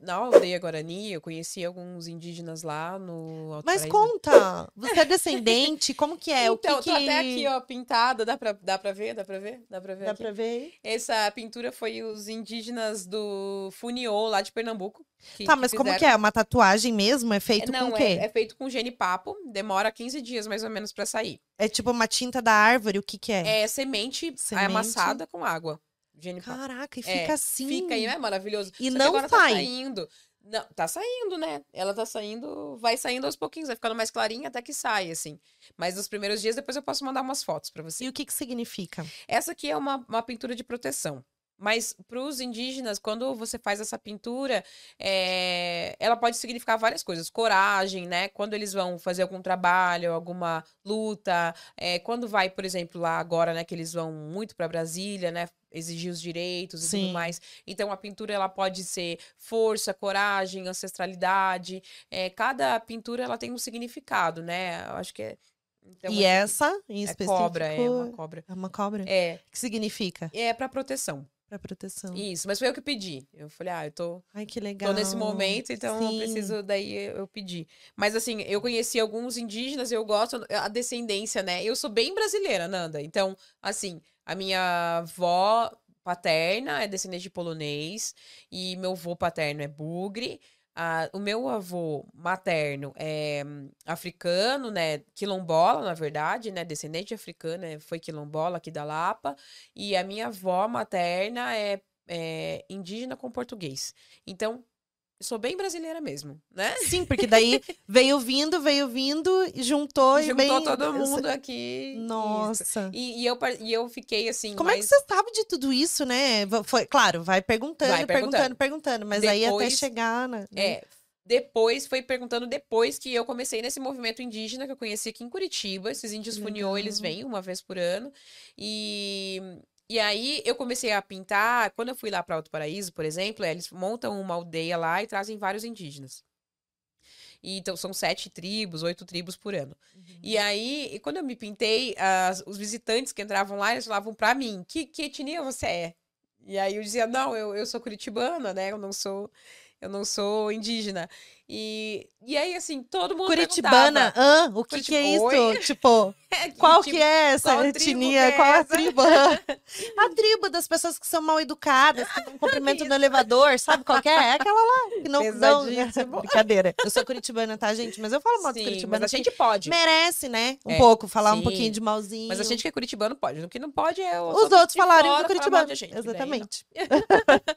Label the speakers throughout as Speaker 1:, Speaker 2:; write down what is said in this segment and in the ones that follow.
Speaker 1: na aldeia Guarani, eu conheci alguns indígenas lá no Alto
Speaker 2: Mas
Speaker 1: Paraíba.
Speaker 2: conta, você é descendente? Como que é? O
Speaker 1: Então,
Speaker 2: que
Speaker 1: eu tô
Speaker 2: que...
Speaker 1: até aqui, ó, pintada. Dá pra, dá pra ver? Dá pra ver? Dá pra ver
Speaker 2: Dá
Speaker 1: aqui?
Speaker 2: pra ver? aí?
Speaker 1: Essa pintura foi os indígenas do Funiô, lá de Pernambuco. que-
Speaker 2: Tá, mas como
Speaker 1: fizeram.
Speaker 2: que é? Uma tatuagem mesmo? É feito
Speaker 1: não,
Speaker 2: com o
Speaker 1: é-
Speaker 2: quê?
Speaker 1: É, feito com genipapo, demora 15 dias mais ou menos pra sair.
Speaker 2: É... tipo uma tinta da árvore, o que que é?
Speaker 1: É, semente,
Speaker 2: Semente.
Speaker 1: amassada com água. Genipapo.
Speaker 2: Caraca, e
Speaker 1: É,
Speaker 2: fica assim.
Speaker 1: Fica aí, não é maravilhoso?
Speaker 2: E
Speaker 1: Só que
Speaker 2: não
Speaker 1: agora
Speaker 2: sai.
Speaker 1: Tá saindo. Não, tá saindo, né? Ela tá saindo, vai saindo aos pouquinhos, vai ficando mais clarinha até que sai, assim. Mas nos primeiros dias, depois eu posso mandar umas fotos pra você.
Speaker 2: E o que que significa?
Speaker 1: Essa aqui é uma, uma pintura de proteção. Mas para os indígenas, quando você faz essa pintura, é, ela pode significar várias coisas. Coragem, né? Quando eles vão fazer algum trabalho, alguma luta. é, Quando vai, por exemplo, lá agora, né? Que eles vão muito para Brasília, né? Exigir os direitos e
Speaker 2: Sim.
Speaker 1: tudo mais. Então, a pintura, ela pode ser força, coragem, ancestralidade. É, Cada pintura, ela tem um significado, né? Eu acho que é... Então,
Speaker 2: e
Speaker 1: é-
Speaker 2: essa, em
Speaker 1: é
Speaker 2: específico,
Speaker 1: cobra, é uma cobra.
Speaker 2: é uma cobra?
Speaker 1: É,
Speaker 2: O que significa?
Speaker 1: é para proteção.
Speaker 2: Pra proteção.
Speaker 1: Isso, mas foi eu que pedi. Eu falei, ah, eu tô,
Speaker 2: Ai, que Então legal.
Speaker 1: tô nesse momento, então
Speaker 2: Sim.
Speaker 1: eu preciso, daí eu eu pedi. Mas assim, eu conheci alguns indígenas, eu gosto a descendência, né? Eu sou bem brasileira, Nanda. Então, assim, a minha avó paterna é descendente de polonês e meu avô paterno é bugre. Ah, o meu avô materno é hum, africano, né? Quilombola, na verdade, né? Descendente de africano, né, foi quilombola aqui da Lapa. E a minha avó materna é, é indígena com português. Então, eu sou bem brasileira mesmo, né?
Speaker 2: Sim, porque daí veio vindo, veio vindo, e juntou e
Speaker 1: Juntou
Speaker 2: bem...
Speaker 1: todo mundo aqui. isso.
Speaker 2: Nossa.
Speaker 1: E, e eu, par- e eu fiquei assim,
Speaker 2: Como é que
Speaker 1: mas
Speaker 2: você sabe de tudo isso, né? Va- Foi, claro, vai perguntando,
Speaker 1: Vai
Speaker 2: perguntando,
Speaker 1: perguntando.
Speaker 2: perguntando, mas aí até
Speaker 1: Depois-
Speaker 2: chegar na. né?
Speaker 1: É, depois, foi perguntando depois que eu comecei nesse movimento indígena que eu conheci aqui em Curitiba. Esses índios funiô, eles
Speaker 2: Legal.
Speaker 1: vêm uma vez por ano. E, e aí eu comecei a pintar. Quando eu fui lá para Alto Paraíso, por exemplo, é, eles montam uma aldeia lá e trazem vários indígenas. E, então, são sete tribos, oito tribos por ano. E aí, e quando eu me pintei, as- os visitantes que entravam lá, eles falavam pra mim, que, que etnia você é? E aí eu dizia, não, eu, eu sou curitibana, né? Eu não sou, eu não sou indígena. E, e aí, assim, todo mundo
Speaker 2: Curitibana,
Speaker 1: perguntava,
Speaker 2: hã? o que,
Speaker 1: Curiti-
Speaker 2: que é isso?
Speaker 1: Oi?
Speaker 2: Tipo, qual que é essa
Speaker 1: qual tribo
Speaker 2: etnia?
Speaker 1: que é
Speaker 2: Qual a
Speaker 1: essa?
Speaker 2: tribo? hã? a tribo das pessoas que são mal educadas, que dão cumprimento no elevador, sabe qual que é? É aquela lá que não dão.
Speaker 1: Pesadíssimo.
Speaker 2: Brincadeira. Eu sou curitibana, tá, gente? Mas eu falo mal dos
Speaker 1: Sim, mas
Speaker 2: curitibanos.
Speaker 1: a gente pode.
Speaker 2: Merece, né? Um
Speaker 1: É,
Speaker 2: pouco, falar um
Speaker 1: sim.
Speaker 2: pouquinho de malzinho.
Speaker 1: Mas a gente que é curitibano pode. O que não pode é os,
Speaker 2: Os outros
Speaker 1: de
Speaker 2: falarem do
Speaker 1: fora falar mal
Speaker 2: curitibano.
Speaker 1: de a gente, daí né? não.
Speaker 2: Exatamente.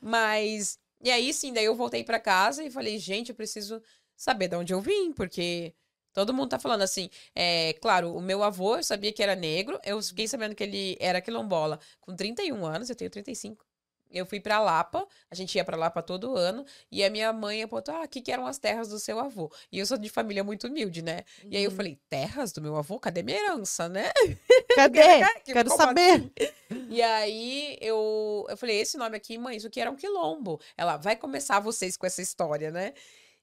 Speaker 1: Mas. E aí, sim, daí eu voltei pra casa e falei, gente, eu preciso saber de onde eu vim, porque todo mundo tá falando assim. É, claro, o meu avô, eu sabia que era negro, eu fiquei sabendo que ele era quilombola com 31 anos, eu tenho 35. Eu fui pra Lapa, a gente ia pra Lapa todo ano, e a minha mãe apontou, ah, aqui que eram as terras do seu avô. E eu sou de família muito humilde, né? E aí eu
Speaker 2: Uhum.
Speaker 1: falei, terras do meu avô? Cadê minha herança, né?
Speaker 2: Cadê?
Speaker 1: Que-
Speaker 2: Quero
Speaker 1: como
Speaker 2: saber.
Speaker 1: E aí eu, eu falei, esse nome aqui, mãe, isso aqui era um quilombo. Ela, vai começar vocês com essa história, né?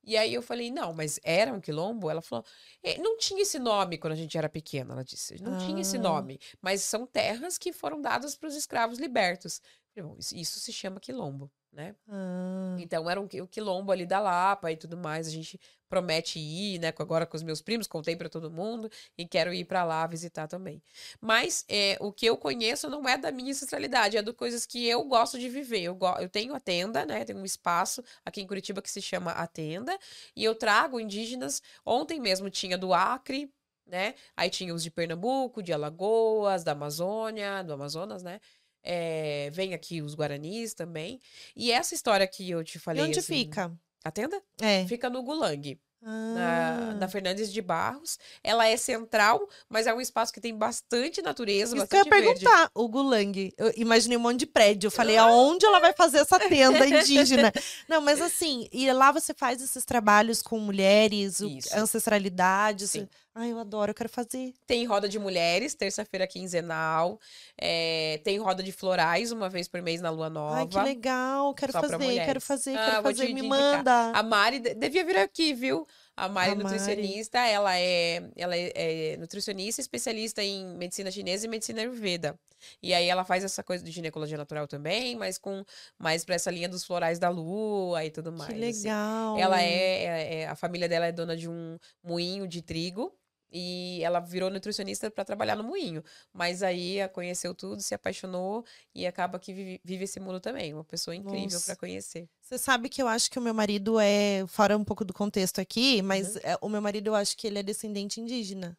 Speaker 1: E aí eu falei, não, mas era um quilombo? Ela falou, "Eh, não tinha esse nome quando a gente era pequena, ela disse. Não tinha esse
Speaker 2: Ah.
Speaker 1: nome, mas são terras que foram dadas para os escravos libertos. Eu falei, "Bom, isso- isso se chama quilombo, né?
Speaker 2: Ah,
Speaker 1: Então era um, qui- o quilombo ali da Lapa e tudo mais. A gente promete ir, né? com- Agora com os meus primos, contei pra todo mundo e quero ir pra lá visitar também. Mas é, o que eu conheço não é da minha ancestralidade, é do coisas que eu gosto de viver. Eu, go- eu tenho a tenda, né? Tem um espaço aqui em Curitiba que se chama a tenda e eu trago indígenas. Ontem mesmo tinha do Acre. Né? Aí tinha os de Pernambuco, de Alagoas, da Amazônia, do Amazonas, né? É, vem aqui os Guaranis também. E essa história que eu te
Speaker 2: e
Speaker 1: falei.
Speaker 2: onde
Speaker 1: assim,
Speaker 2: fica?
Speaker 1: A tenda?
Speaker 2: É.
Speaker 1: Fica no Gulang,
Speaker 2: Ah,
Speaker 1: na, na Fernandes de Barros. Ela é central, mas é um espaço que tem bastante natureza,
Speaker 2: Isso que eu ia
Speaker 1: bastante verde.
Speaker 2: perguntar, o Gulang. Eu imaginei um monte de prédio. Eu falei, aonde ela vai fazer essa tenda indígena? Não, mas assim, e lá você faz esses trabalhos com mulheres, o-
Speaker 1: Isso.
Speaker 2: ancestralidade. isso-
Speaker 1: Sim.
Speaker 2: Ai, eu adoro, eu quero fazer.
Speaker 1: Tem roda de mulheres, terça-feira quinzenal. É, tem roda de florais, uma vez por mês na Lua Nova.
Speaker 2: Ai, que legal, quero
Speaker 1: Só pra
Speaker 2: fazer, quero
Speaker 1: mulheres.
Speaker 2: fazer,
Speaker 1: Ah,
Speaker 2: quero
Speaker 1: vou te
Speaker 2: fazer. Me
Speaker 1: indicar.
Speaker 2: manda.
Speaker 1: A Mari de- devia vir aqui, viu? A Mari, é
Speaker 2: A Mari.
Speaker 1: nutricionista, ela é, ela é, é nutricionista especialista em medicina chinesa e medicina ayurveda. E aí ela faz essa coisa de ginecologia natural também, mas com mais para essa linha dos florais da lua e tudo mais.
Speaker 2: Que
Speaker 1: assim.
Speaker 2: legal.
Speaker 1: Ela é, é- é- a família dela é dona de um moinho de trigo e ela virou nutricionista para trabalhar no moinho. Mas aí a conheceu tudo, se apaixonou e acaba que vive, vive esse mundo também. Uma pessoa incrível
Speaker 2: Nossa.
Speaker 1: para conhecer.
Speaker 2: Você sabe que eu acho que o meu marido é. Fora um pouco do contexto aqui, mas
Speaker 1: Uhum.
Speaker 2: é, o meu marido eu acho que ele é descendente indígena.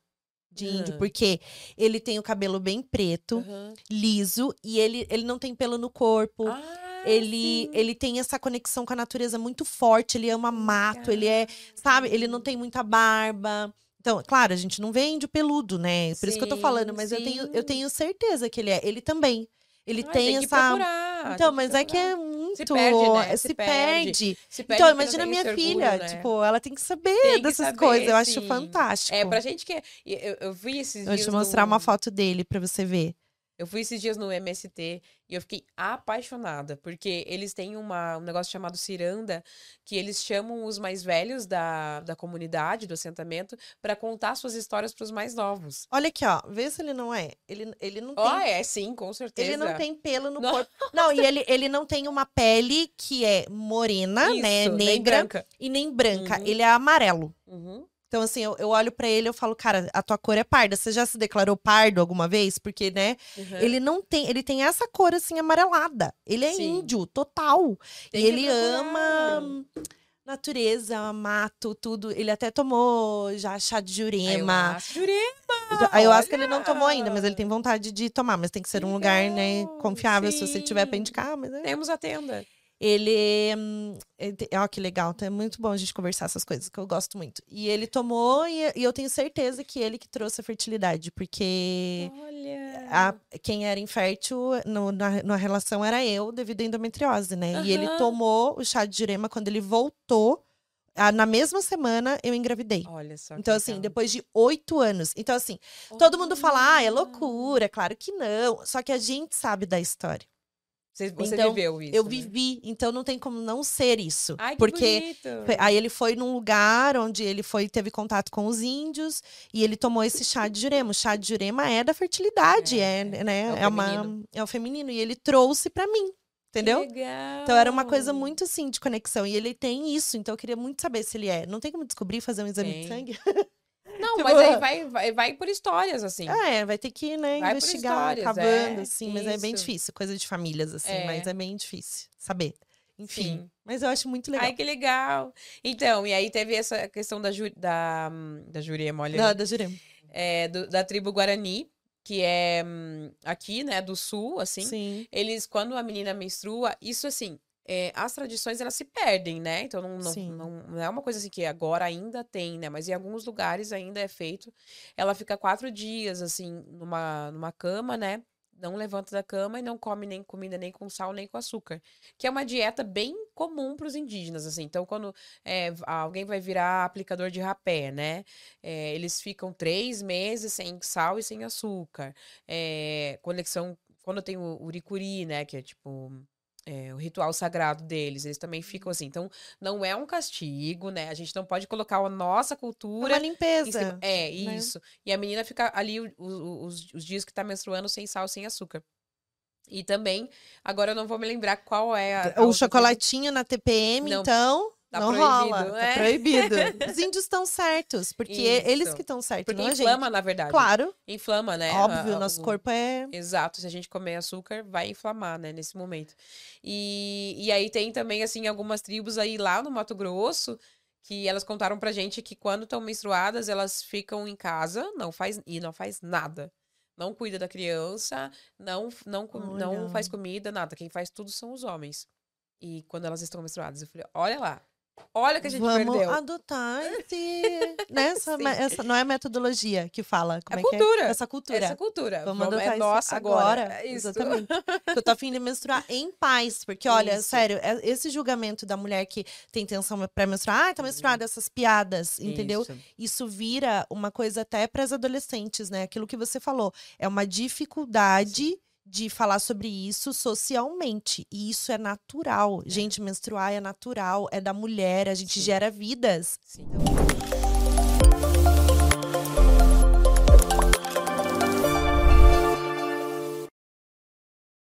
Speaker 2: De índio,
Speaker 1: Ah. Uhum.
Speaker 2: porque ele tem o cabelo bem preto, liso, e ele, ele não tem pelo no corpo.
Speaker 1: Ah,
Speaker 2: tipo, Ele,
Speaker 1: sim.
Speaker 2: ele tem essa conexão com a natureza muito forte, ele ama mato, ele é, sabe, ele não tem muita barba. Então, claro, a gente não vê índio peludo, né? Por isso que eu tô
Speaker 1: Sim,
Speaker 2: falando, mas eu tenho, eu
Speaker 1: sim.
Speaker 2: tenho certeza que ele é. Ele também. Ele
Speaker 1: Ai,
Speaker 2: tem,
Speaker 1: que
Speaker 2: essa.
Speaker 1: procurar, tem
Speaker 2: Então, mas é que
Speaker 1: procurar.
Speaker 2: é muito.
Speaker 1: perde, né?
Speaker 2: é,
Speaker 1: tá Se
Speaker 2: Se
Speaker 1: perde.
Speaker 2: perde.
Speaker 1: Se perde porque não
Speaker 2: Então, imagina
Speaker 1: tem
Speaker 2: minha
Speaker 1: esse orgulho,
Speaker 2: filha.
Speaker 1: né?
Speaker 2: Tipo, ela tem que saber
Speaker 1: Tem que
Speaker 2: dessas
Speaker 1: saber,
Speaker 2: coisas. Eu acho
Speaker 1: sim.
Speaker 2: fantástico.
Speaker 1: É, pra gente que. Eu, eu- eu vi esses
Speaker 2: Eu vou
Speaker 1: dias.
Speaker 2: te mostrar uma
Speaker 1: no-
Speaker 2: foto dele pra você ver.
Speaker 1: Eu fui esses dias no MST e eu fiquei apaixonada, porque eles têm uma, um negócio chamado ciranda, que eles chamam os mais velhos da, da comunidade, do assentamento, pra contar suas histórias pros mais novos.
Speaker 2: Olha aqui, ó. Vê se ele não é. Ele, ele não tem.
Speaker 1: Ó, é sim, com certeza.
Speaker 2: Ele não tem pelo no
Speaker 1: Nossa.
Speaker 2: corpo. Não, e ele, ele não tem uma pele que é morena,
Speaker 1: Isso,
Speaker 2: né?
Speaker 1: nem
Speaker 2: Negra
Speaker 1: branca.
Speaker 2: e nem branca.
Speaker 1: Uhum.
Speaker 2: Ele é amarelo.
Speaker 1: Uhum.
Speaker 2: Então, assim, eu, eu olho pra ele e eu falo, cara, a tua cor é parda. Você já se declarou pardo alguma vez? Porque, né?
Speaker 1: uhum.
Speaker 2: Ele não tem. Ele tem essa cor, assim, amarelada. Ele é
Speaker 1: Sim.
Speaker 2: índio, total.
Speaker 1: Tem
Speaker 2: e
Speaker 1: que
Speaker 2: ele
Speaker 1: procurar.
Speaker 2: ama hum, natureza, mato, tudo. Ele até tomou já chá de jurema.
Speaker 1: Ayahuasca. Jurema!
Speaker 2: Já- A ayahuasca ele não
Speaker 1: olha!
Speaker 2: tomou ainda, mas ele tem vontade de tomar. Mas tem que ser um lugar, né,
Speaker 1: Legal,
Speaker 2: confiável, se você tiver pra
Speaker 1: sim.
Speaker 2: indicar. Mas é.
Speaker 1: Temos a tenda.
Speaker 2: Ele. hum, ele te- Ó, que legal. tá- É muito bom a gente conversar essas coisas, que eu gosto muito. E ele tomou, e, e eu tenho certeza que ele que trouxe a fertilidade, porque.
Speaker 1: Olha.
Speaker 2: a- quem era infértil no- na, na relação era eu, devido à endometriose, né? E ele
Speaker 1: Aham.
Speaker 2: tomou o chá de jurema quando ele voltou. ah, na mesma semana, eu engravidei.
Speaker 1: Olha só. que
Speaker 2: Então, assim,
Speaker 1: legal.
Speaker 2: depois de oito anos. Então, assim, todo mundo fala, ah, é
Speaker 1: Olha.
Speaker 2: loucura, claro que não. Só que a gente sabe da história.
Speaker 1: Você, você
Speaker 2: Então,
Speaker 1: viveu isso.
Speaker 2: eu
Speaker 1: né?
Speaker 2: vivi, então não tem como não ser isso.
Speaker 1: Ai, que
Speaker 2: porque
Speaker 1: bonito.
Speaker 2: foi- aí ele foi num lugar onde ele foi teve contato com os índios e ele tomou esse chá de jurema. O chá de jurema é da fertilidade, é,
Speaker 1: É,
Speaker 2: né?
Speaker 1: é o
Speaker 2: É, uma
Speaker 1: feminino.
Speaker 2: é o feminino e ele trouxe pra mim,
Speaker 1: Que
Speaker 2: entendeu?
Speaker 1: legal.
Speaker 2: Então era uma coisa muito assim de conexão e ele tem isso, então eu queria muito saber se ele é. Não tem como descobrir fazer um exame
Speaker 1: Tem.
Speaker 2: de sangue?
Speaker 1: Não,
Speaker 2: Tipo,
Speaker 1: mas aí vai, vai, vai por histórias, assim.
Speaker 2: Ah, é, vai ter que,
Speaker 1: Vai
Speaker 2: né,
Speaker 1: por
Speaker 2: investigar,
Speaker 1: histórias,
Speaker 2: cavando
Speaker 1: é,
Speaker 2: assim, mas é bem
Speaker 1: isso.
Speaker 2: difícil, coisa de famílias assim,
Speaker 1: É.
Speaker 2: mas é bem difícil saber. Enfim,
Speaker 1: Sim.
Speaker 2: mas eu acho muito legal.
Speaker 1: Ai, que legal. Então, e aí teve essa questão da, ju da, hum, da Jurema, olha.
Speaker 2: Nada, jurema.
Speaker 1: É, do- da tribo Guarani, que é hum, aqui, né, do sul, assim.
Speaker 2: Sim.
Speaker 1: Eles, quando a menina menstrua, isso assim, é, as tradições elas se perdem, né? Então não, não,
Speaker 2: Sim.
Speaker 1: não, não é uma coisa assim que agora ainda tem, né? Mas em alguns lugares ainda é feito. Ela fica quatro dias, assim, numa, numa cama, né? Não levanta da cama e não come nem comida, nem com sal, nem com açúcar. Que é uma dieta bem comum para os indígenas, assim. Então, quando é, v- alguém vai virar aplicador de rapé, né? É, eles ficam três meses sem sal e sem açúcar. É, conexão quando tem o Uricuri, né, que é tipo é, o ritual sagrado deles, eles
Speaker 2: Uhum.
Speaker 1: também ficam assim. Então, não é um castigo, né? A gente não pode colocar a nossa
Speaker 2: É uma
Speaker 1: cultura. em
Speaker 2: limpeza.
Speaker 1: cima- É,
Speaker 2: né?
Speaker 1: isso. E a menina fica ali o- o- os, os dias que tá menstruando sem sal, sem açúcar. E também, agora eu não vou me lembrar qual é a. a outra
Speaker 2: O
Speaker 1: coisa.
Speaker 2: chocolatinho na TPM,
Speaker 1: Não,
Speaker 2: então,
Speaker 1: tá
Speaker 2: não
Speaker 1: proibido,
Speaker 2: rola. Tá
Speaker 1: é.
Speaker 2: proibido. Os índios estão certos, porque
Speaker 1: Isso.
Speaker 2: eles que estão certos,
Speaker 1: Porque
Speaker 2: não a gente.
Speaker 1: inflama, na verdade.
Speaker 2: Claro,
Speaker 1: Inflama, né? a-
Speaker 2: óbvio,
Speaker 1: a-
Speaker 2: nosso
Speaker 1: o-
Speaker 2: corpo é...
Speaker 1: Exato, se a gente comer açúcar, vai inflamar, né, nesse momento. E, e aí tem também, assim, algumas tribos aí lá no Mato Grosso que elas contaram pra gente que quando estão menstruadas, elas ficam em casa, não faz e não faz nada. Não cuida da criança, não não com- não
Speaker 2: Olha.
Speaker 1: faz comida, nada. Quem faz tudo são os homens. E quando elas estão menstruadas, eu falei: "Olha lá. Olha o que a gente
Speaker 2: Vamos
Speaker 1: perdeu.
Speaker 2: adotar esse... né? essa,
Speaker 1: Sim.
Speaker 2: essa- não é a metodologia que fala. Como é, Que
Speaker 1: cultura.
Speaker 2: é? Essa cultura.
Speaker 1: Essa cultura.
Speaker 2: Vamos adotar
Speaker 1: é
Speaker 2: isso
Speaker 1: nossa agora. É isso.
Speaker 2: Exatamente. Que eu tô afim de menstruar em paz. Porque, olha,
Speaker 1: Isso.
Speaker 2: sério, é- esse julgamento da mulher que tem tensão pra menstruar, ah, tá menstruada, essas piadas, entendeu?
Speaker 1: Uhum. Isso.
Speaker 2: isso vira uma coisa até para as adolescentes, né? Aquilo que você falou, é uma dificuldade de falar sobre isso socialmente. E isso é natural. Gente, menstruar é natural, é da mulher, a gente
Speaker 1: Sim.
Speaker 2: gera vidas.
Speaker 1: Sim.